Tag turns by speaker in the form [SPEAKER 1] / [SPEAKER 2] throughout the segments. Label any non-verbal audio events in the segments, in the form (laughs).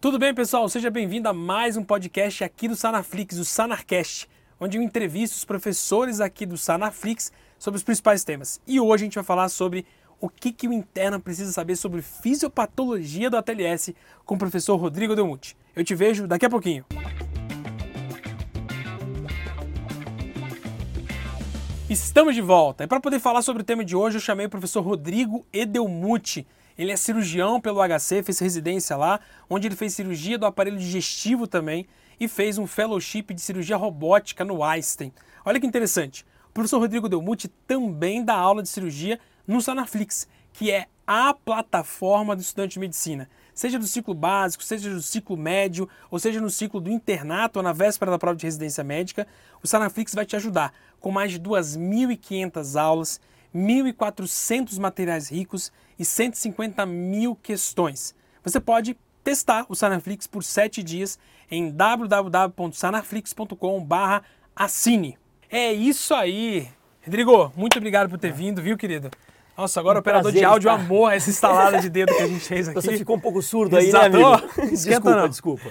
[SPEAKER 1] Tudo bem, pessoal? Seja bem-vindo a mais um podcast aqui do Sanaflix, o Sanarcast, onde eu entrevisto os professores aqui do Sanaflix sobre os principais temas. E hoje a gente vai falar sobre o que, que o interno precisa saber sobre fisiopatologia do ATLS com o professor Rodrigo Delmuti. Eu te vejo daqui a pouquinho. Estamos de volta. E para poder falar sobre o tema de hoje, eu chamei o professor Rodrigo Edelmuti. Ele é cirurgião pelo HC, fez residência lá, onde ele fez cirurgia do aparelho digestivo também e fez um fellowship de cirurgia robótica no Einstein. Olha que interessante. O professor Rodrigo Delmuti também dá aula de cirurgia no Sanaflix, que é a plataforma do estudante de medicina. Seja do ciclo básico, seja do ciclo médio, ou seja no ciclo do internato ou na véspera da prova de residência médica, o Sanaflix vai te ajudar com mais de 2.500 aulas 1.400 materiais ricos e 150 mil questões. Você pode testar o Sanaflix por 7 dias em www.sanaflix.com.br assine. É isso aí! Rodrigo, muito obrigado por ter vindo, viu, querido? Nossa, agora
[SPEAKER 2] Um
[SPEAKER 1] o operador de
[SPEAKER 2] prazer
[SPEAKER 1] áudio
[SPEAKER 2] estar-
[SPEAKER 1] amou essa instalada de dedo que a gente
[SPEAKER 2] (laughs)
[SPEAKER 1] fez aqui.
[SPEAKER 2] Você ficou um pouco surdo aí,
[SPEAKER 1] Exato.
[SPEAKER 2] né, (laughs) amigo?
[SPEAKER 1] Esquenta
[SPEAKER 2] desculpa,
[SPEAKER 1] não.
[SPEAKER 2] desculpa.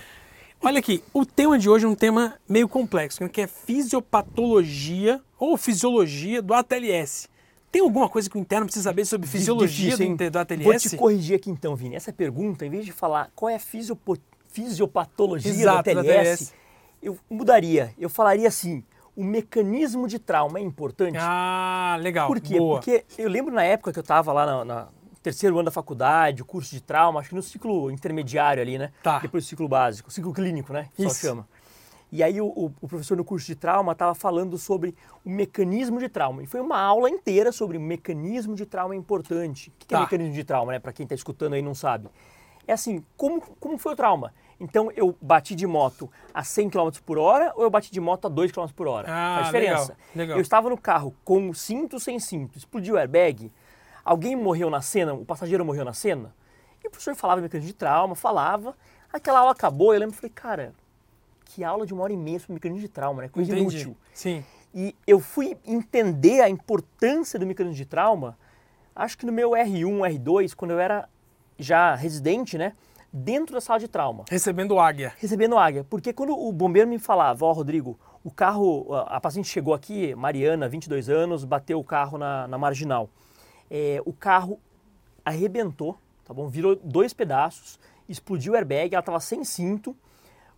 [SPEAKER 1] Olha aqui, o tema de hoje é um tema meio complexo, que é fisiopatologia ou fisiologia do ATLS. Tem alguma coisa que o interno precisa saber sobre fisiologia
[SPEAKER 2] Difícil,
[SPEAKER 1] do,
[SPEAKER 2] hein?
[SPEAKER 1] inter- do ATLS?
[SPEAKER 2] Vou te corrigir aqui então, Vini. Essa pergunta, em vez de falar qual é a fisiopo- fisiopatologia
[SPEAKER 1] Exato,
[SPEAKER 2] do
[SPEAKER 1] da
[SPEAKER 2] ATLS,
[SPEAKER 1] ATLS.
[SPEAKER 2] eu mudaria. Eu falaria assim, o mecanismo de trauma é importante?
[SPEAKER 1] Ah, legal.
[SPEAKER 2] Por quê?
[SPEAKER 1] Boa.
[SPEAKER 2] Porque eu lembro na época que eu estava lá na- na- no terceiro ano da faculdade, o curso de trauma, acho que no ciclo intermediário ali, né?
[SPEAKER 1] Tá.
[SPEAKER 2] Depois do ciclo básico, ciclo clínico, né? que Só
[SPEAKER 1] Isso.
[SPEAKER 2] chama. E aí o, o- o professor no curso de trauma estava falando sobre o mecanismo de trauma. E foi uma aula inteira sobre mecanismo de trauma importante. O que, que
[SPEAKER 1] Tá.
[SPEAKER 2] é mecanismo de trauma, né? Para quem está escutando aí e não sabe. É assim, como, como foi o trauma? Então eu bati de moto a 100 km por hora ou eu bati de moto a 2 km por hora?
[SPEAKER 1] Ah,
[SPEAKER 2] Faz diferença.
[SPEAKER 1] legal, legal.
[SPEAKER 2] Eu estava no carro com um cinto sem cinto, explodiu o airbag, alguém morreu na cena, o passageiro morreu na cena, e o professor falava mecanismo de trauma, falava, aquela aula acabou, eu lembro, falei, cara, que aula de uma hora e meia sobre mecanismo de trauma, né? Coisa
[SPEAKER 1] Entendi.
[SPEAKER 2] inútil.
[SPEAKER 1] Sim.
[SPEAKER 2] E eu fui entender a importância do mecanismo de trauma, acho que no meu R1, R2, quando eu era já residente, né? Dentro da sala de trauma
[SPEAKER 1] Recebendo águia.
[SPEAKER 2] recebendo águia. Porque quando o bombeiro me falava, ó, Rodrigo, o carro, a a paciente chegou aqui, Mariana, 22 anos, bateu o carro na, na marginal. É, o carro arrebentou, tá bom? Virou dois pedaços, explodiu o airbag, ela estava sem cinto,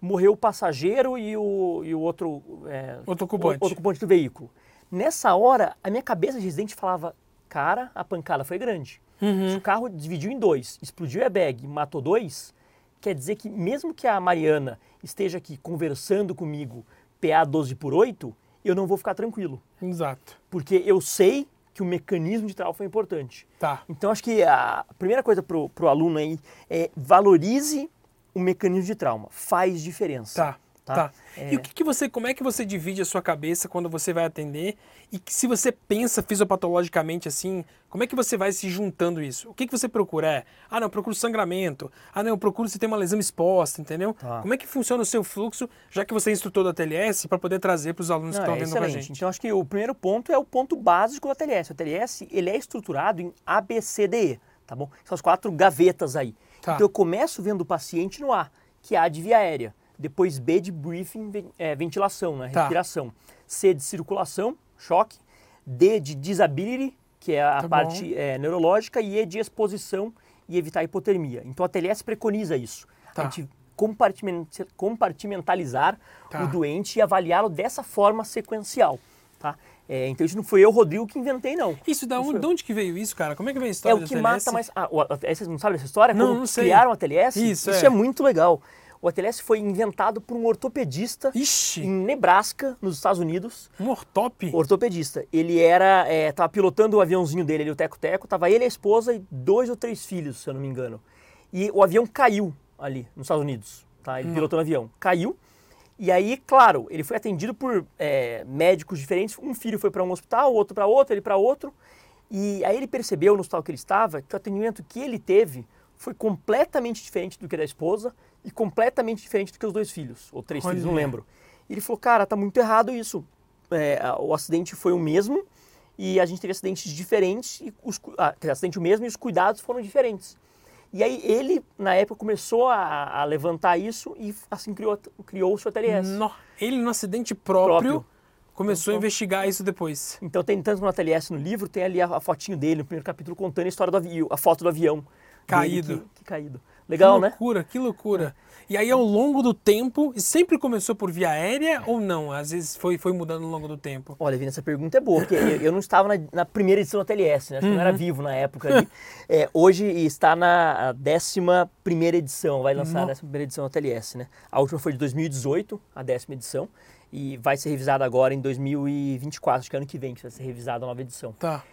[SPEAKER 2] morreu o passageiro e o, e o outro... é,
[SPEAKER 1] Outro ocupante.
[SPEAKER 2] o- outro ocupante do veículo. Nessa hora, a minha cabeça de residente falava, cara, a pancada foi grande.
[SPEAKER 1] Uhum.
[SPEAKER 2] Se o carro dividiu em dois, explodiu o airbag, matou dois, quer dizer que mesmo que a Mariana esteja aqui conversando comigo PA 12 por 8, eu não vou ficar tranquilo.
[SPEAKER 1] Exato.
[SPEAKER 2] Porque eu sei que o mecanismo de trauma foi importante.
[SPEAKER 1] Tá.
[SPEAKER 2] Então, acho que a primeira coisa pro o aluno aí é valorize o mecanismo de trauma. Faz diferença.
[SPEAKER 1] Tá. Tá. E o que, que você, como é que você divide a sua cabeça quando você vai atender? E que se você pensa fisiopatologicamente assim, como é que você vai se juntando isso? O que, que você procura? É, ah, não, eu procuro sangramento. Ah, não, eu procuro se tem uma lesão exposta, entendeu?
[SPEAKER 2] Tá.
[SPEAKER 1] Como é que funciona o seu fluxo, já que você é instrutor da TLS, para poder trazer para os alunos
[SPEAKER 2] Não,
[SPEAKER 1] que estão
[SPEAKER 2] é
[SPEAKER 1] vendo com a
[SPEAKER 2] excelente.
[SPEAKER 1] gente?
[SPEAKER 2] Então, acho que o primeiro ponto é o ponto básico do ATLS. O ATLS ele é estruturado em ABCDE, tá bom? São as quatro gavetas aí.
[SPEAKER 1] Tá.
[SPEAKER 2] Então, eu começo vendo o paciente no A, que é A de via aérea. Depois B de briefing, ven- é, ventilação, né?
[SPEAKER 1] Tá.
[SPEAKER 2] respiração. C de circulação, choque. D de disability, que é a
[SPEAKER 1] Tá bom.
[SPEAKER 2] parte é, neurológica. E E de exposição e evitar hipotermia. Então, o ATLS preconiza isso.
[SPEAKER 1] Tá.
[SPEAKER 2] A gente compartimen- compartimentalizar
[SPEAKER 1] Tá.
[SPEAKER 2] o doente e avaliá-lo dessa forma sequencial, tá? É, então isso não foi eu, Rodrigo, que inventei, não.
[SPEAKER 1] Isso, da onde, de onde que veio isso, cara? Como é que veio a
[SPEAKER 2] É
[SPEAKER 1] história
[SPEAKER 2] o
[SPEAKER 1] do
[SPEAKER 2] que
[SPEAKER 1] TLS?
[SPEAKER 2] mata mais... Ah, o ATLS, vocês não sabem dessa história?
[SPEAKER 1] Não,
[SPEAKER 2] Quando
[SPEAKER 1] não sei.
[SPEAKER 2] criaram o ATLS?
[SPEAKER 1] Isso,
[SPEAKER 2] isso
[SPEAKER 1] é.
[SPEAKER 2] é muito legal. O ATLS foi inventado por um ortopedista
[SPEAKER 1] Ixi,
[SPEAKER 2] em Nebraska, nos Estados Unidos.
[SPEAKER 1] um ortop?
[SPEAKER 2] Ortopedista. Ele era... É, tava pilotando o aviãozinho dele ali, o Teco-Teco. Tava ele, a esposa e dois ou três filhos, se eu não me engano. E o avião caiu ali, nos Estados Unidos. Tá? Ele pilotou o avião. Caiu. E aí, claro, ele foi atendido por é, médicos diferentes. Um filho foi para um hospital, o outro para outro, ele para outro. E aí ele percebeu no hospital que ele estava que o atendimento que ele teve foi completamente diferente do que da esposa e completamente diferente do que os dois filhos, ou três filhos, não
[SPEAKER 1] Olha.
[SPEAKER 2] lembro. E ele falou, cara, tá muito errado isso. É, a- o acidente foi o mesmo e a gente teve acidentes diferentes, e os, cu- ah, quer dizer, acidente o mesmo e os cuidados foram diferentes. E aí ele, na época, começou a, a levantar isso e assim criou, criou o seu TLS.
[SPEAKER 1] Nó, Ele, no acidente próprio,
[SPEAKER 2] Próprio.
[SPEAKER 1] começou a investigar isso depois.
[SPEAKER 2] Então tem tanto no TLS no livro, tem ali a, a fotinho dele, no primeiro capítulo, contando a história do avião, a foto do avião. dele
[SPEAKER 1] Caído. Hum.
[SPEAKER 2] que- que caído. Legal,
[SPEAKER 1] que
[SPEAKER 2] né?
[SPEAKER 1] loucura, que loucura. E aí, ao longo do tempo, e sempre começou por via aérea ou não? Às vezes foi, foi mudando ao longo do tempo.
[SPEAKER 2] Olha, Vini, essa pergunta é boa, porque eu, eu não estava na, na primeira edição do TLS, né? Acho que eu não era vivo na época ali. É, hoje está na décima primeira edição, vai lançar a décima primeira edição do TLS, né? A última foi de 2018, a décima edição, e vai ser revisada agora em 2024, acho que é ano que vem que vai ser revisada a nova edição.
[SPEAKER 1] Tá,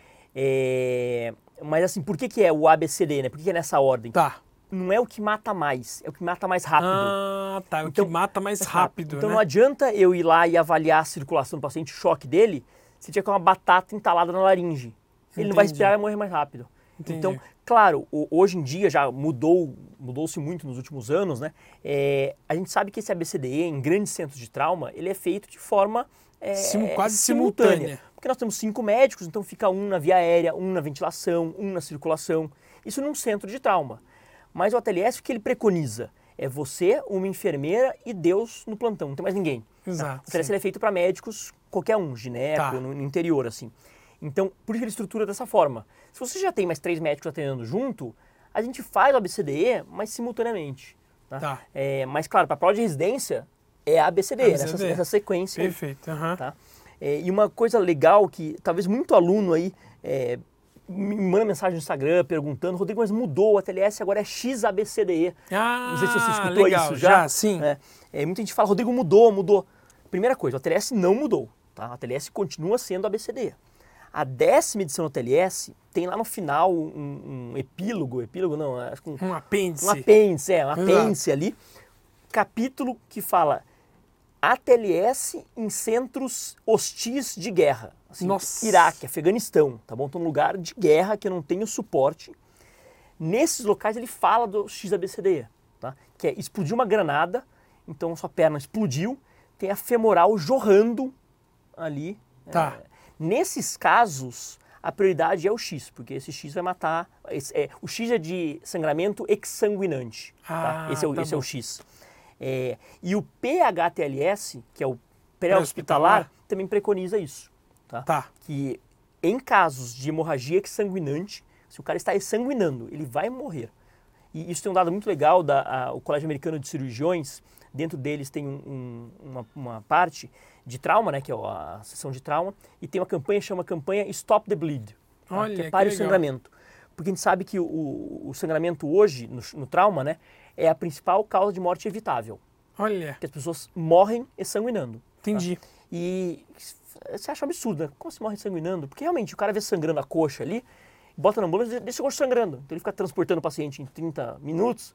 [SPEAKER 2] É, mas assim, por que, que é o ABCD, né? Por que, que é nessa ordem?
[SPEAKER 1] tá.
[SPEAKER 2] Não é o que mata mais, é o que mata mais rápido.
[SPEAKER 1] Ah, tá. O
[SPEAKER 2] Então-
[SPEAKER 1] que mata mais rápido,
[SPEAKER 2] Então
[SPEAKER 1] né?
[SPEAKER 2] não adianta eu ir lá e avaliar a circulação do paciente, o choque dele, se tiver com uma batata entalada na laringe. Ele não vai
[SPEAKER 1] Entendi.
[SPEAKER 2] respirar e vai morrer mais rápido.
[SPEAKER 1] Entendi.
[SPEAKER 2] Então, claro, ho- hoje em dia já mudou, mudou-se muito nos últimos anos, né? É, a gente sabe que esse ABCDE em grandes centros de trauma, ele é feito de forma é,
[SPEAKER 1] Sim, quase simultânea.
[SPEAKER 2] Porque nós temos cinco médicos, então fica um na via aérea, um na ventilação, um na circulação. Isso num centro de trauma. Mas o ATLS, o que ele preconiza? É você, uma enfermeira e Deus no plantão, não tem mais ninguém.
[SPEAKER 1] Exato,
[SPEAKER 2] O ATLS
[SPEAKER 1] sim.
[SPEAKER 2] ele é feito para médicos, qualquer um, gineco,
[SPEAKER 1] Tá.
[SPEAKER 2] no, no interior, assim. Então, por isso que ele estrutura dessa forma. Se você já tem mais três médicos atendendo junto, a gente faz o ABCDE, mas simultaneamente. Tá?
[SPEAKER 1] Tá.
[SPEAKER 2] É, mas, claro, para prova de residência, é ABCDE, Nessa,
[SPEAKER 1] ABCDE.
[SPEAKER 2] nessa sequência. aí
[SPEAKER 1] Perfeito. aham.
[SPEAKER 2] tá? É, e uma coisa legal que talvez muito aluno aí é, me manda mensagem no Instagram perguntando, Rodrigo, mas mudou o ATLS, agora é XABCDE.
[SPEAKER 1] Ah,
[SPEAKER 2] Não sei se você escutou
[SPEAKER 1] legal,
[SPEAKER 2] isso já.
[SPEAKER 1] sim.
[SPEAKER 2] É, é, muita gente fala, Rodrigo, mudou, mudou. Primeira coisa, o ATLS não mudou. Tá? O ATLS continua sendo ABCDE. A décima edição do ATLS tem lá no final um, um epílogo, epílogo não, acho que um,
[SPEAKER 1] Um apêndice.
[SPEAKER 2] um apêndice, é, um
[SPEAKER 1] Exato.
[SPEAKER 2] apêndice ali. Capítulo que fala ATLS em centros hostis de guerra. Assim,
[SPEAKER 1] Nossa.
[SPEAKER 2] Iraque, Afeganistão, tá bom? Então, um lugar de guerra que não tem o suporte. Nesses locais ele fala do XABCDE, tá? Que é explodir uma granada, então sua perna explodiu, tem a femoral jorrando ali.
[SPEAKER 1] Tá.
[SPEAKER 2] É, nesses casos, a prioridade é o X, porque esse X vai matar. esse- é, o X é de sangramento exsanguinante. tá?
[SPEAKER 1] Ah,
[SPEAKER 2] Esse, é, o-
[SPEAKER 1] tá
[SPEAKER 2] esse é o
[SPEAKER 1] bom.
[SPEAKER 2] X. É, e o PHTLS, que é o pré-hospitalar, também preconiza isso. Tá?
[SPEAKER 1] Tá.
[SPEAKER 2] Que em casos de hemorragia exsanguinante, se o cara está exsanguinando, ele vai morrer. E isso tem um dado muito legal da a- o Colégio Americano de Cirurgiões. Dentro deles tem um- um- uma, uma parte de trauma, né, que é a sessão de trauma, e tem uma campanha que chama campanha Stop the Bleed, tá?
[SPEAKER 1] Olha,
[SPEAKER 2] que é
[SPEAKER 1] que
[SPEAKER 2] pare o
[SPEAKER 1] legal.
[SPEAKER 2] sangramento, porque a gente sabe que o, o sangramento hoje no, no trauma, né, é a principal causa de morte evitável,
[SPEAKER 1] Olha,
[SPEAKER 2] que as pessoas morrem exsanguinando. tá?
[SPEAKER 1] entendi.
[SPEAKER 2] E você acha um absurdo, né? Como se morre sanguinando? Porque realmente o cara vê sangrando a coxa ali, bota na ambulância e deixa a coxa sangrando. Então ele fica transportando o paciente em 30 minutos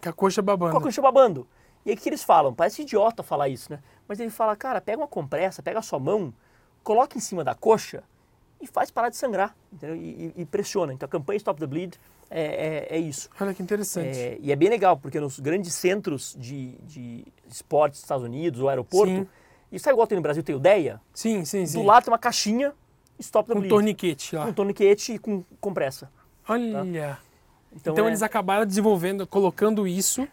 [SPEAKER 1] Com a coxa
[SPEAKER 2] com a
[SPEAKER 1] babando.
[SPEAKER 2] coxa babando. E aí o que eles falam? Parece idiota falar isso, né? Mas ele fala, cara, pega uma compressa, pega a sua mão, coloca em cima da coxa e faz parar de sangrar, entendeu? E, e- e pressiona. Então a campanha Stop the Bleed é, é, é isso.
[SPEAKER 1] Olha que interessante.
[SPEAKER 2] É, e é bem legal, porque nos grandes centros de, de esportes dos Estados Unidos, o aeroporto,
[SPEAKER 1] Sim.
[SPEAKER 2] e sabe igual tem no Brasil, tem o DEA?
[SPEAKER 1] Sim, sim, sim.
[SPEAKER 2] Do lado tem uma caixinha, stop the
[SPEAKER 1] um
[SPEAKER 2] bleed.
[SPEAKER 1] torniquete lá.
[SPEAKER 2] Um torniquete com compressa.
[SPEAKER 1] Olha.
[SPEAKER 2] Então,
[SPEAKER 1] Então
[SPEAKER 2] é-
[SPEAKER 1] eles acabaram desenvolvendo, colocando isso,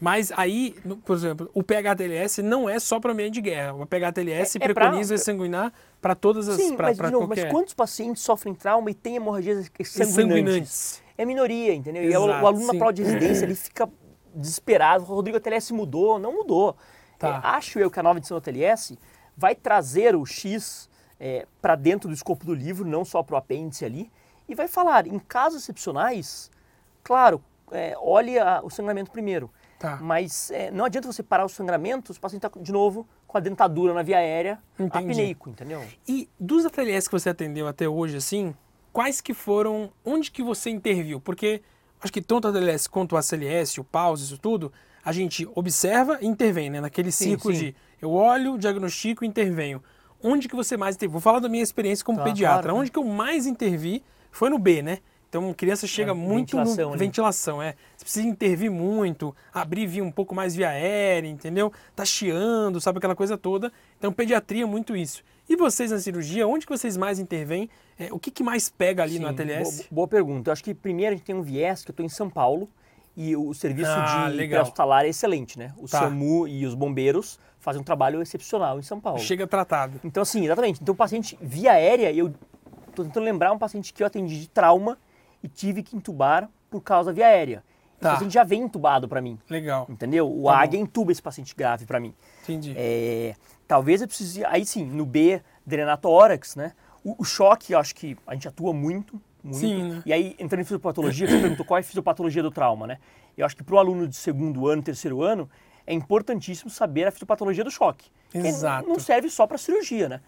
[SPEAKER 1] mas aí, no- por exemplo, o PHTLS não é só para meio de guerra. O PHTLS
[SPEAKER 2] É- é
[SPEAKER 1] preconiza
[SPEAKER 2] pra-
[SPEAKER 1] exsanguinar para todas as
[SPEAKER 2] Sim,
[SPEAKER 1] pra-
[SPEAKER 2] mas,
[SPEAKER 1] pra
[SPEAKER 2] de novo, mas
[SPEAKER 1] qualquer
[SPEAKER 2] quantos pacientes sofrem trauma e têm hemorragias sanguinantes?
[SPEAKER 1] exsanguinantes.
[SPEAKER 2] É minoria, entendeu? e o,
[SPEAKER 1] Exato,
[SPEAKER 2] o aluno na
[SPEAKER 1] sim.
[SPEAKER 2] prova de residência ele fica desesperado. O Rodrigo TLS mudou, não mudou.
[SPEAKER 1] Tá.
[SPEAKER 2] É, acho eu que a nova edição do TLS vai trazer o X para dentro do escopo do livro, não só para o apêndice ali, e vai falar, em casos excepcionais, claro, é, olhe a- o sangramento primeiro.
[SPEAKER 1] Tá.
[SPEAKER 2] Mas é, não adianta você parar o sangramento se o paciente está, de novo, com a dentadura na via aérea,
[SPEAKER 1] Entendi.
[SPEAKER 2] apneico, entendeu?
[SPEAKER 1] E dos ateliês que você atendeu até hoje, assim, quais que foram, onde que você interviu? Porque acho que tanto o ateliês quanto o ACLS, o PAUS, isso tudo, a gente observa e intervém, né? Naquele ciclo
[SPEAKER 2] sim.
[SPEAKER 1] de eu olho, diagnostico e intervenho. Onde que você mais interviu? Vou falar da minha experiência como
[SPEAKER 2] Tá,
[SPEAKER 1] pediatra.
[SPEAKER 2] claro.
[SPEAKER 1] Onde que eu mais intervi foi no B, né? Então, criança chega
[SPEAKER 2] É,
[SPEAKER 1] muito
[SPEAKER 2] ventilação
[SPEAKER 1] no...
[SPEAKER 2] ali.
[SPEAKER 1] Ventilação, é. Você precisa intervir muito, abrir via um pouco mais via aérea, entendeu? Tá chiando, sabe aquela coisa toda. Então, pediatria é muito isso. E vocês na cirurgia, onde que vocês mais intervêm? É, o que, que mais pega ali no ATLS?
[SPEAKER 2] Boa, boa pergunta. Eu acho que primeiro a gente tem um viés que eu estou em São Paulo e o serviço
[SPEAKER 1] Ah,
[SPEAKER 2] de
[SPEAKER 1] legal.
[SPEAKER 2] pré-hospitalar é excelente, né? O
[SPEAKER 1] Tá.
[SPEAKER 2] SAMU e os bombeiros fazem um trabalho excepcional em São Paulo.
[SPEAKER 1] Chega tratado.
[SPEAKER 2] Então, assim, exatamente. Então, o paciente via aérea, eu tô tentando lembrar um paciente que eu atendi de trauma e tive que entubar por causa via aérea.
[SPEAKER 1] Tá.
[SPEAKER 2] Esse paciente já vem entubado para mim,
[SPEAKER 1] Legal,
[SPEAKER 2] entendeu? O
[SPEAKER 1] Tá bom.
[SPEAKER 2] águia entuba esse paciente grave para mim.
[SPEAKER 1] entendi.
[SPEAKER 2] É, talvez eu precise, aí sim, no B, drenar tórax, né? O, o choque, eu acho que a gente atua muito, muito.
[SPEAKER 1] Sim, né?
[SPEAKER 2] E aí, entrando em fisiopatologia, você perguntou qual é a fisiopatologia do trauma, né? Eu acho que para o aluno de segundo ano, terceiro ano, é importantíssimo saber a fisiopatologia do choque. Que
[SPEAKER 1] Exato. Uhum.
[SPEAKER 2] Não serve só para cirurgia, né?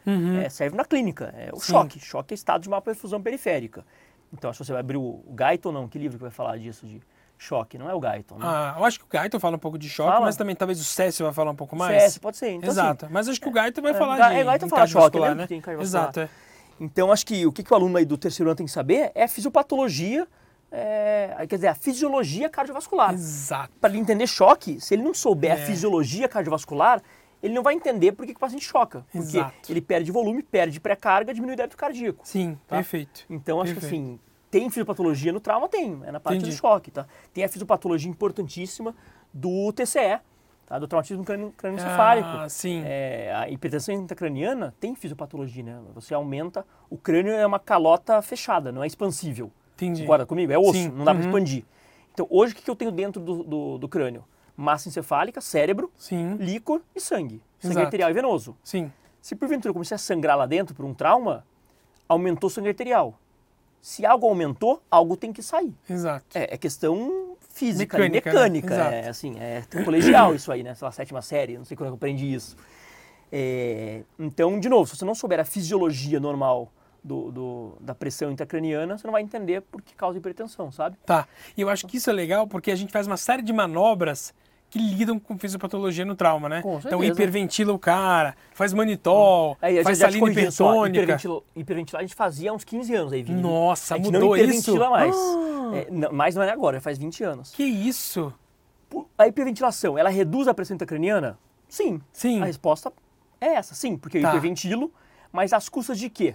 [SPEAKER 2] É, serve na clínica. É o
[SPEAKER 1] Sim.
[SPEAKER 2] choque. Choque é estado de uma perfusão periférica. Então, acho que você vai abrir o, o Guyton, não? Que livro que vai falar disso de choque? Não é o Guyton, né?
[SPEAKER 1] Ah, eu acho que o Gaito fala um pouco de choque,
[SPEAKER 2] Fala.
[SPEAKER 1] mas também talvez o Cécio vai falar um pouco mais.
[SPEAKER 2] CS, pode ser. Então, assim,
[SPEAKER 1] Exato, mas acho que o Gaito vai
[SPEAKER 2] é,
[SPEAKER 1] falar
[SPEAKER 2] Ga-
[SPEAKER 1] de
[SPEAKER 2] é, Gaito
[SPEAKER 1] de
[SPEAKER 2] fala choque,
[SPEAKER 1] cardiovascular,
[SPEAKER 2] né, que tem cardiovascular.
[SPEAKER 1] Exato, é.
[SPEAKER 2] Então, acho que o que, que o aluno aí do terceiro ano tem que saber é a fisiopatologia, é, quer dizer, a fisiologia cardiovascular.
[SPEAKER 1] Exato.
[SPEAKER 2] Para ele entender choque, se ele não souber
[SPEAKER 1] É.
[SPEAKER 2] a fisiologia cardiovascular, ele não vai entender por que, que o paciente choca. Porque
[SPEAKER 1] Exato.
[SPEAKER 2] ele perde volume, perde pré-carga, diminui o débito cardíaco.
[SPEAKER 1] Sim,
[SPEAKER 2] Tá?
[SPEAKER 1] perfeito.
[SPEAKER 2] Então, acho que
[SPEAKER 1] Perfeito.
[SPEAKER 2] assim, tem fisiopatologia no trauma? Tem, é na parte
[SPEAKER 1] Entendi.
[SPEAKER 2] do choque, tá? Tem a fisiopatologia importantíssima do TCE, tá? do traumatismo crânio- crânioencefálico.
[SPEAKER 1] Ah, sim.
[SPEAKER 2] É, a hipertensão intracraniana tem fisiopatologia, né? Você aumenta. O crânio é uma calota fechada, não é expansível.
[SPEAKER 1] Entendi.
[SPEAKER 2] Concorda comigo? É osso,
[SPEAKER 1] Sim,
[SPEAKER 2] não dá pra
[SPEAKER 1] uhum.
[SPEAKER 2] expandir. Então, hoje, o que que eu tenho dentro do, do, do crânio? Massa encefálica, cérebro,
[SPEAKER 1] Sim,
[SPEAKER 2] líquor e sangue. Sangue
[SPEAKER 1] Exato.
[SPEAKER 2] arterial e venoso.
[SPEAKER 1] sim.
[SPEAKER 2] Se porventura eu comecei a sangrar lá dentro por um trauma, aumentou o sangue arterial. Se algo aumentou, algo tem que sair.
[SPEAKER 1] Exato.
[SPEAKER 2] É, é questão física,
[SPEAKER 1] Mecânica,
[SPEAKER 2] mecânica.
[SPEAKER 1] né?
[SPEAKER 2] mecânica
[SPEAKER 1] Exato.
[SPEAKER 2] é, assim, é colegial isso aí, né? Sei lá, sétima série, não sei quando eu aprendi isso. É, então, de novo, se você não souber a fisiologia normal do, do- da pressão intracraniana, você não vai entender por que causa hipertensão, sabe?
[SPEAKER 1] Tá. E eu acho que isso é legal porque a gente faz uma série de manobras que lidam com fisiopatologia no trauma, né?
[SPEAKER 2] Com
[SPEAKER 1] então
[SPEAKER 2] certeza.
[SPEAKER 1] hiperventila o cara, faz manitol,
[SPEAKER 2] Aí, a
[SPEAKER 1] faz
[SPEAKER 2] gente já te
[SPEAKER 1] salina
[SPEAKER 2] corrigindo só,
[SPEAKER 1] hipertônica.
[SPEAKER 2] hiperventila- Hiperventilar a gente fazia há uns 15 anos aí, Vini.
[SPEAKER 1] Nossa,
[SPEAKER 2] a gente
[SPEAKER 1] mudou
[SPEAKER 2] não hiperventila
[SPEAKER 1] isso? Ah.
[SPEAKER 2] mais. É, não, mais não é agora, faz 20 anos.
[SPEAKER 1] Que isso?
[SPEAKER 2] Por- A hiperventilação, ela reduz a pressão intracraniana? Sim.
[SPEAKER 1] Sim.
[SPEAKER 2] A resposta é essa, sim, porque
[SPEAKER 1] Tá.
[SPEAKER 2] eu hiperventilo, mas às custas de quê?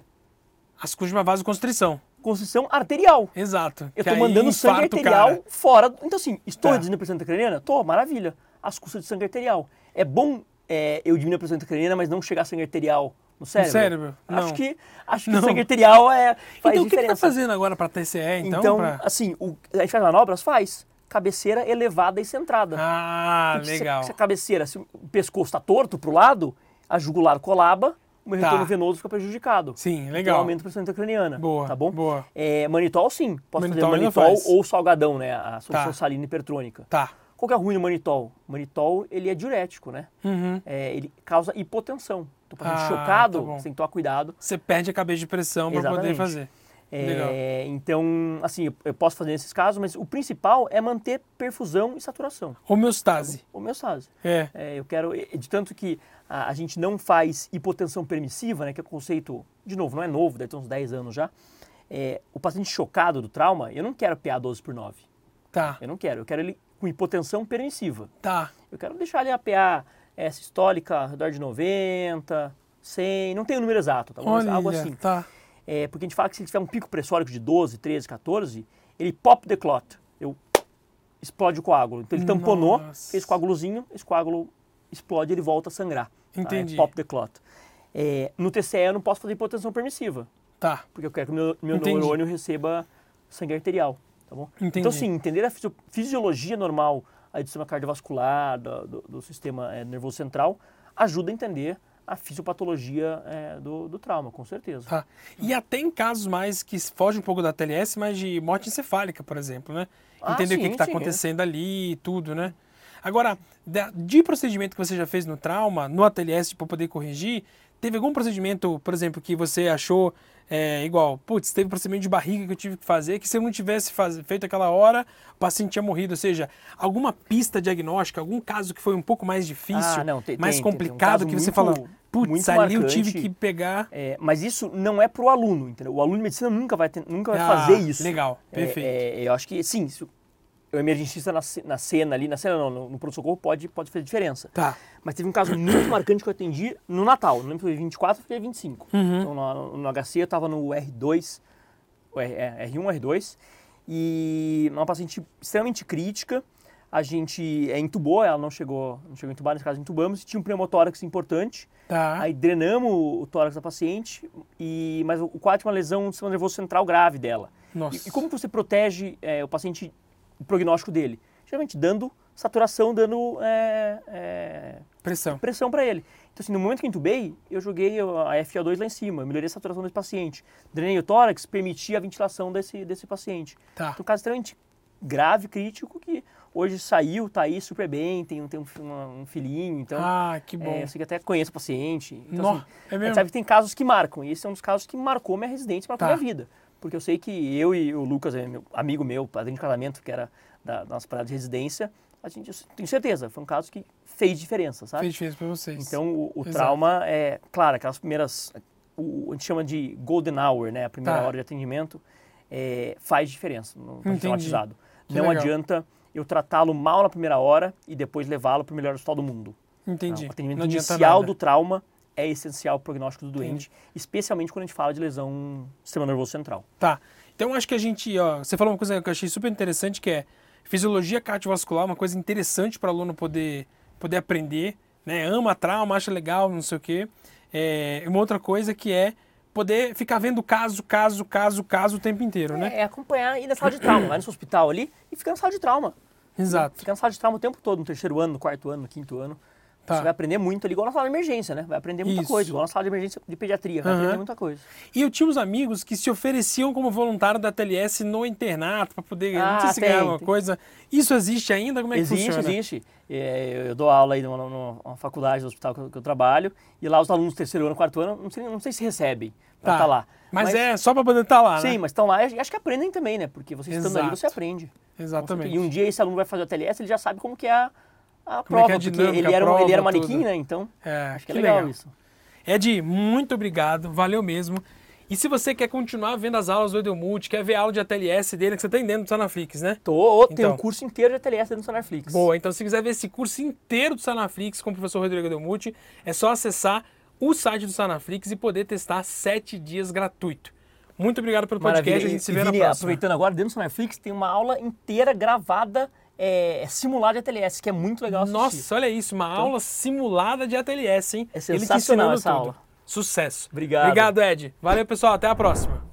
[SPEAKER 1] As cujas de uma vasoconstrição.
[SPEAKER 2] Constrição arterial.
[SPEAKER 1] Exato.
[SPEAKER 2] Eu
[SPEAKER 1] Que
[SPEAKER 2] tô
[SPEAKER 1] aí
[SPEAKER 2] mandando sangue
[SPEAKER 1] infarta o
[SPEAKER 2] arterial
[SPEAKER 1] cara.
[SPEAKER 2] fora. Então, assim, estou
[SPEAKER 1] Tá.
[SPEAKER 2] reduzindo a pressão intracraniana? Tô, maravilha. Às custas de sangue arterial. É bom é, eu diminuir a pressão intracraniana, mas não chegar sangue arterial no cérebro?
[SPEAKER 1] cérebro, não.
[SPEAKER 2] Acho que, acho que
[SPEAKER 1] Não.
[SPEAKER 2] sangue arterial é, faz
[SPEAKER 1] Então o que, que tá
[SPEAKER 2] diferença.
[SPEAKER 1] fazendo agora pra TCE, então?
[SPEAKER 2] então,
[SPEAKER 1] pra-
[SPEAKER 2] assim, o, a gente faz manobras? Faz. Cabeceira elevada e centrada.
[SPEAKER 1] Ah,
[SPEAKER 2] Se-
[SPEAKER 1] legal.
[SPEAKER 2] Se a cabeceira, se o pescoço está torto para o lado, a jugular colaba, o meu
[SPEAKER 1] Tá.
[SPEAKER 2] retorno venoso fica prejudicado.
[SPEAKER 1] Sim,
[SPEAKER 2] Então
[SPEAKER 1] legal.
[SPEAKER 2] aumenta a pressão intracraniana.
[SPEAKER 1] Boa,
[SPEAKER 2] Tá bom?
[SPEAKER 1] boa.
[SPEAKER 2] É, manitol, sim. Posso
[SPEAKER 1] Manitol é
[SPEAKER 2] fazer
[SPEAKER 1] ainda
[SPEAKER 2] manitol
[SPEAKER 1] faz.
[SPEAKER 2] ou salgadão, né? A solução
[SPEAKER 1] Tá.
[SPEAKER 2] salina hipertrônica.
[SPEAKER 1] Tá.
[SPEAKER 2] Qual que é o ruim do manitol? Manitol, ele é diurético, né?
[SPEAKER 1] Uhum.
[SPEAKER 2] É, ele causa hipotensão. Então, para
[SPEAKER 1] Ah, tá
[SPEAKER 2] gente chocado,
[SPEAKER 1] bom.
[SPEAKER 2] você tem que tomar cuidado.
[SPEAKER 1] Você perde a cabeça de pressão pra poder
[SPEAKER 2] Exatamente.
[SPEAKER 1] fazer.
[SPEAKER 2] É,
[SPEAKER 1] Legal.
[SPEAKER 2] então, assim, eu- eu posso fazer nesses casos, mas o principal é manter perfusão e saturação.
[SPEAKER 1] Homeostase.
[SPEAKER 2] Homeostase.
[SPEAKER 1] É.
[SPEAKER 2] É, eu quero, e- de tanto que a, a gente não faz hipotensão permissiva, né, que é um conceito, de novo, não é novo, deve ter uns 10 anos já. É, o paciente chocado do trauma, eu não quero PA 12 por 9.
[SPEAKER 1] Tá.
[SPEAKER 2] Eu não quero, eu quero ele com hipotensão permissiva.
[SPEAKER 1] Tá.
[SPEAKER 2] Eu quero deixar ele a PA é, sistólica ao redor de 90, 100, não tem o número exato, tá bom? Mas
[SPEAKER 1] Olha,
[SPEAKER 2] algo assim.
[SPEAKER 1] tá.
[SPEAKER 2] É, porque a gente fala que se ele tiver um pico pressórico de 12, 13, 14, ele pop the clot. Eu explode o coágulo. Então ele tamponou,
[SPEAKER 1] Nossa.
[SPEAKER 2] fez coágulozinho, esse coágulo explode ele volta a sangrar. tá? É
[SPEAKER 1] Entendi.
[SPEAKER 2] pop the clot. É, no TCE eu não posso fazer hipotensão permissiva,
[SPEAKER 1] Tá.
[SPEAKER 2] porque eu quero que meu, meu
[SPEAKER 1] Entendi.
[SPEAKER 2] neurônio receba sangue arterial. Tá bom?
[SPEAKER 1] Entendi.
[SPEAKER 2] Então, sim, entender a fisio- fisiologia normal aí do sistema cardiovascular, do, do- do sistema eh, nervoso central, ajuda a entender a fisiopatologia eh, do, do trauma, com certeza.
[SPEAKER 1] Tá. E até em casos mais que fogem um pouco da TLS, mas de morte encefálica, por exemplo, né?
[SPEAKER 2] Ah,
[SPEAKER 1] Entender o que
[SPEAKER 2] sim,
[SPEAKER 1] está
[SPEAKER 2] sim.
[SPEAKER 1] acontecendo ali e tudo, né? Agora, da- de procedimento que você já fez no trauma, no ATLS, para tipo, poder corrigir, teve algum procedimento, por exemplo, que você achou é, igual, putz, teve procedimento de barriga que eu tive que fazer, que se eu não tivesse faz- feito aquela hora, o paciente tinha morrido. Ou seja, alguma pista diagnóstica, algum caso que foi um pouco mais difícil,
[SPEAKER 2] Ah, não, tem-
[SPEAKER 1] mais
[SPEAKER 2] tem- tem- tem um
[SPEAKER 1] complicado,
[SPEAKER 2] caso
[SPEAKER 1] que você
[SPEAKER 2] muito-
[SPEAKER 1] fala, putz,
[SPEAKER 2] muito
[SPEAKER 1] ali eu tive
[SPEAKER 2] marcante.
[SPEAKER 1] que pegar...
[SPEAKER 2] É, mas isso não é para o aluno, entendeu? O aluno de medicina nunca vai, ter- nunca vai
[SPEAKER 1] Ah,
[SPEAKER 2] fazer isso.
[SPEAKER 1] Legal,
[SPEAKER 2] É,
[SPEAKER 1] perfeito.
[SPEAKER 2] é, eu acho que, sim, isso- o emergencista na, ce- na cena ali, na cena não, no, no pronto-socorro pode, pode fazer diferença.
[SPEAKER 1] Tá.
[SPEAKER 2] Mas teve um caso muito (coughs) marcante que eu atendi no Natal. Não lembro se foi 24 ou foi 25.
[SPEAKER 1] Uhum.
[SPEAKER 2] Então, no, no HC eu estava no R2, o R, é, R1, R2. E uma paciente extremamente crítica. A gente é, entubou, ela não chegou, não chegou a entubar, nesse caso entubamos. E tinha um pneumotórax importante.
[SPEAKER 1] Tá.
[SPEAKER 2] Aí drenamos o, o tórax da paciente, e, mas o, o quadro tinha uma lesão do sistema nervoso central grave dela.
[SPEAKER 1] Nossa.
[SPEAKER 2] E, e como você protege é, o paciente, o prognóstico dele? Geralmente dando saturação, dando é, é,
[SPEAKER 1] Pressão.
[SPEAKER 2] pressão para ele. Então, assim, no momento que eu entubei, eu joguei a FO2 lá em cima, eu melhorei a saturação desse paciente. Drenei o tórax, permiti a ventilação desse, desse paciente.
[SPEAKER 1] Tá.
[SPEAKER 2] Então, um caso extremamente grave, crítico, que hoje saiu, tá aí super bem, tem, um- tem um, fi- uma- um filhinho, então...
[SPEAKER 1] Ah, que bom.
[SPEAKER 2] É, eu sei que até conheço o paciente. Então,
[SPEAKER 1] Nó,
[SPEAKER 2] assim,
[SPEAKER 1] é
[SPEAKER 2] a gente
[SPEAKER 1] mesmo?
[SPEAKER 2] sabe que tem casos que marcam. E esse é um dos casos que marcou minha residência, marcou
[SPEAKER 1] Tá.
[SPEAKER 2] minha vida. Porque eu sei que eu e o Lucas, é meu amigo meu, padrinho de casamento, que era da, da nossa parada de residência, a gente, eu tenho certeza, foi um caso que fez diferença, sabe?
[SPEAKER 1] Fez diferença pra vocês.
[SPEAKER 2] Então, o, o
[SPEAKER 1] Exato.
[SPEAKER 2] trauma é, claro, aquelas primeiras, o, a gente chama de golden hour, né? A primeira
[SPEAKER 1] Tá.
[SPEAKER 2] hora de atendimento é, faz diferença no no
[SPEAKER 1] Entendi.
[SPEAKER 2] traumatizado.
[SPEAKER 1] Que
[SPEAKER 2] Não
[SPEAKER 1] legal.
[SPEAKER 2] adianta eu tratá-lo mal na primeira hora e depois levá-lo para o melhor hospital do mundo.
[SPEAKER 1] Entendi.
[SPEAKER 2] O atendimento
[SPEAKER 1] Não adianta
[SPEAKER 2] inicial
[SPEAKER 1] nada.
[SPEAKER 2] do trauma é essencial para o prognóstico do doente, especialmente quando a gente fala de lesão do sistema nervoso central.
[SPEAKER 1] Tá. Então acho que a gente, ó, você falou uma coisa que eu achei super interessante que é fisiologia cardiovascular, uma coisa interessante para o aluno poder poder aprender, né? Ama trauma, acha legal, não sei o quê. É, uma outra coisa que é poder ficar vendo caso, caso, caso, caso o tempo inteiro, né?
[SPEAKER 2] É, é acompanhar e na sala de trauma, vai no seu hospital ali e fica na sala de trauma.
[SPEAKER 1] Exato.
[SPEAKER 2] Fica na sala de trauma o tempo todo, no terceiro ano, no quarto ano, no quinto ano.
[SPEAKER 1] Tá.
[SPEAKER 2] Você vai aprender muito ali, igual na sala de emergência, né? Vai aprender muita
[SPEAKER 1] Isso.
[SPEAKER 2] coisa, igual na sala de emergência de pediatria, vai
[SPEAKER 1] Aham.
[SPEAKER 2] aprender muita coisa.
[SPEAKER 1] E eu tinha uns amigos que se ofereciam como voluntário da TLS no internato para poder, não
[SPEAKER 2] Ah,
[SPEAKER 1] sei se
[SPEAKER 2] tem,
[SPEAKER 1] ganhar alguma
[SPEAKER 2] tem.
[SPEAKER 1] coisa. Isso existe ainda? Como é que
[SPEAKER 2] existe,
[SPEAKER 1] funciona?
[SPEAKER 2] existe. É, eu- eu dou aula aí numa, numa faculdade do hospital que eu, que eu trabalho, e lá os alunos do terceiro ano, quarto ano, não sei, não sei se recebem pra
[SPEAKER 1] Tá.
[SPEAKER 2] estar lá.
[SPEAKER 1] Mas, é só para poder estar lá, né?
[SPEAKER 2] Sim, mas estão lá e acho que aprendem também, né? Porque você estando ali,
[SPEAKER 1] Exato.
[SPEAKER 2] você aprende. Com certeza.
[SPEAKER 1] Exatamente.
[SPEAKER 2] E um dia esse aluno vai fazer o TLS, ele já sabe como que é a,
[SPEAKER 1] Como é
[SPEAKER 2] a prova,
[SPEAKER 1] que é a
[SPEAKER 2] porque
[SPEAKER 1] dinâmica,
[SPEAKER 2] ele era,
[SPEAKER 1] a
[SPEAKER 2] um- ele era
[SPEAKER 1] prova,
[SPEAKER 2] manequim,
[SPEAKER 1] tudo.
[SPEAKER 2] né? Então,
[SPEAKER 1] É,
[SPEAKER 2] acho que,
[SPEAKER 1] que
[SPEAKER 2] é legal,
[SPEAKER 1] legal.
[SPEAKER 2] isso.
[SPEAKER 1] Ed, muito obrigado, valeu mesmo. E se você quer continuar vendo as aulas do Edelmult, quer ver a aula de ATLS dele, que você tem dentro do Sanaflix, né?
[SPEAKER 2] Tô, ô, tem
[SPEAKER 1] Então.
[SPEAKER 2] um curso inteiro de TLS dentro do Netflix.
[SPEAKER 1] Boa, então se quiser ver esse curso inteiro do Sanaflix com o professor Rodrigo Edelmult, é só acessar o site do Sanaflix e poder testar sete dias gratuito. Muito obrigado pelo podcast,
[SPEAKER 2] Maravilha.
[SPEAKER 1] a gente se
[SPEAKER 2] E,
[SPEAKER 1] vê
[SPEAKER 2] Vini,
[SPEAKER 1] na próxima.
[SPEAKER 2] aproveitando agora, dentro do Netflix tem uma aula inteira gravada, é, simulada de TLS, que é muito legal assistir. Então.
[SPEAKER 1] Nossa, olha isso, uma aula simulada de ATLS, hein?
[SPEAKER 2] É
[SPEAKER 1] Ele te
[SPEAKER 2] sensacional
[SPEAKER 1] ensinando
[SPEAKER 2] essa
[SPEAKER 1] tudo.
[SPEAKER 2] aula.
[SPEAKER 1] Sucesso.
[SPEAKER 2] Obrigado.
[SPEAKER 1] Obrigado, Ed. Valeu, pessoal, até a próxima.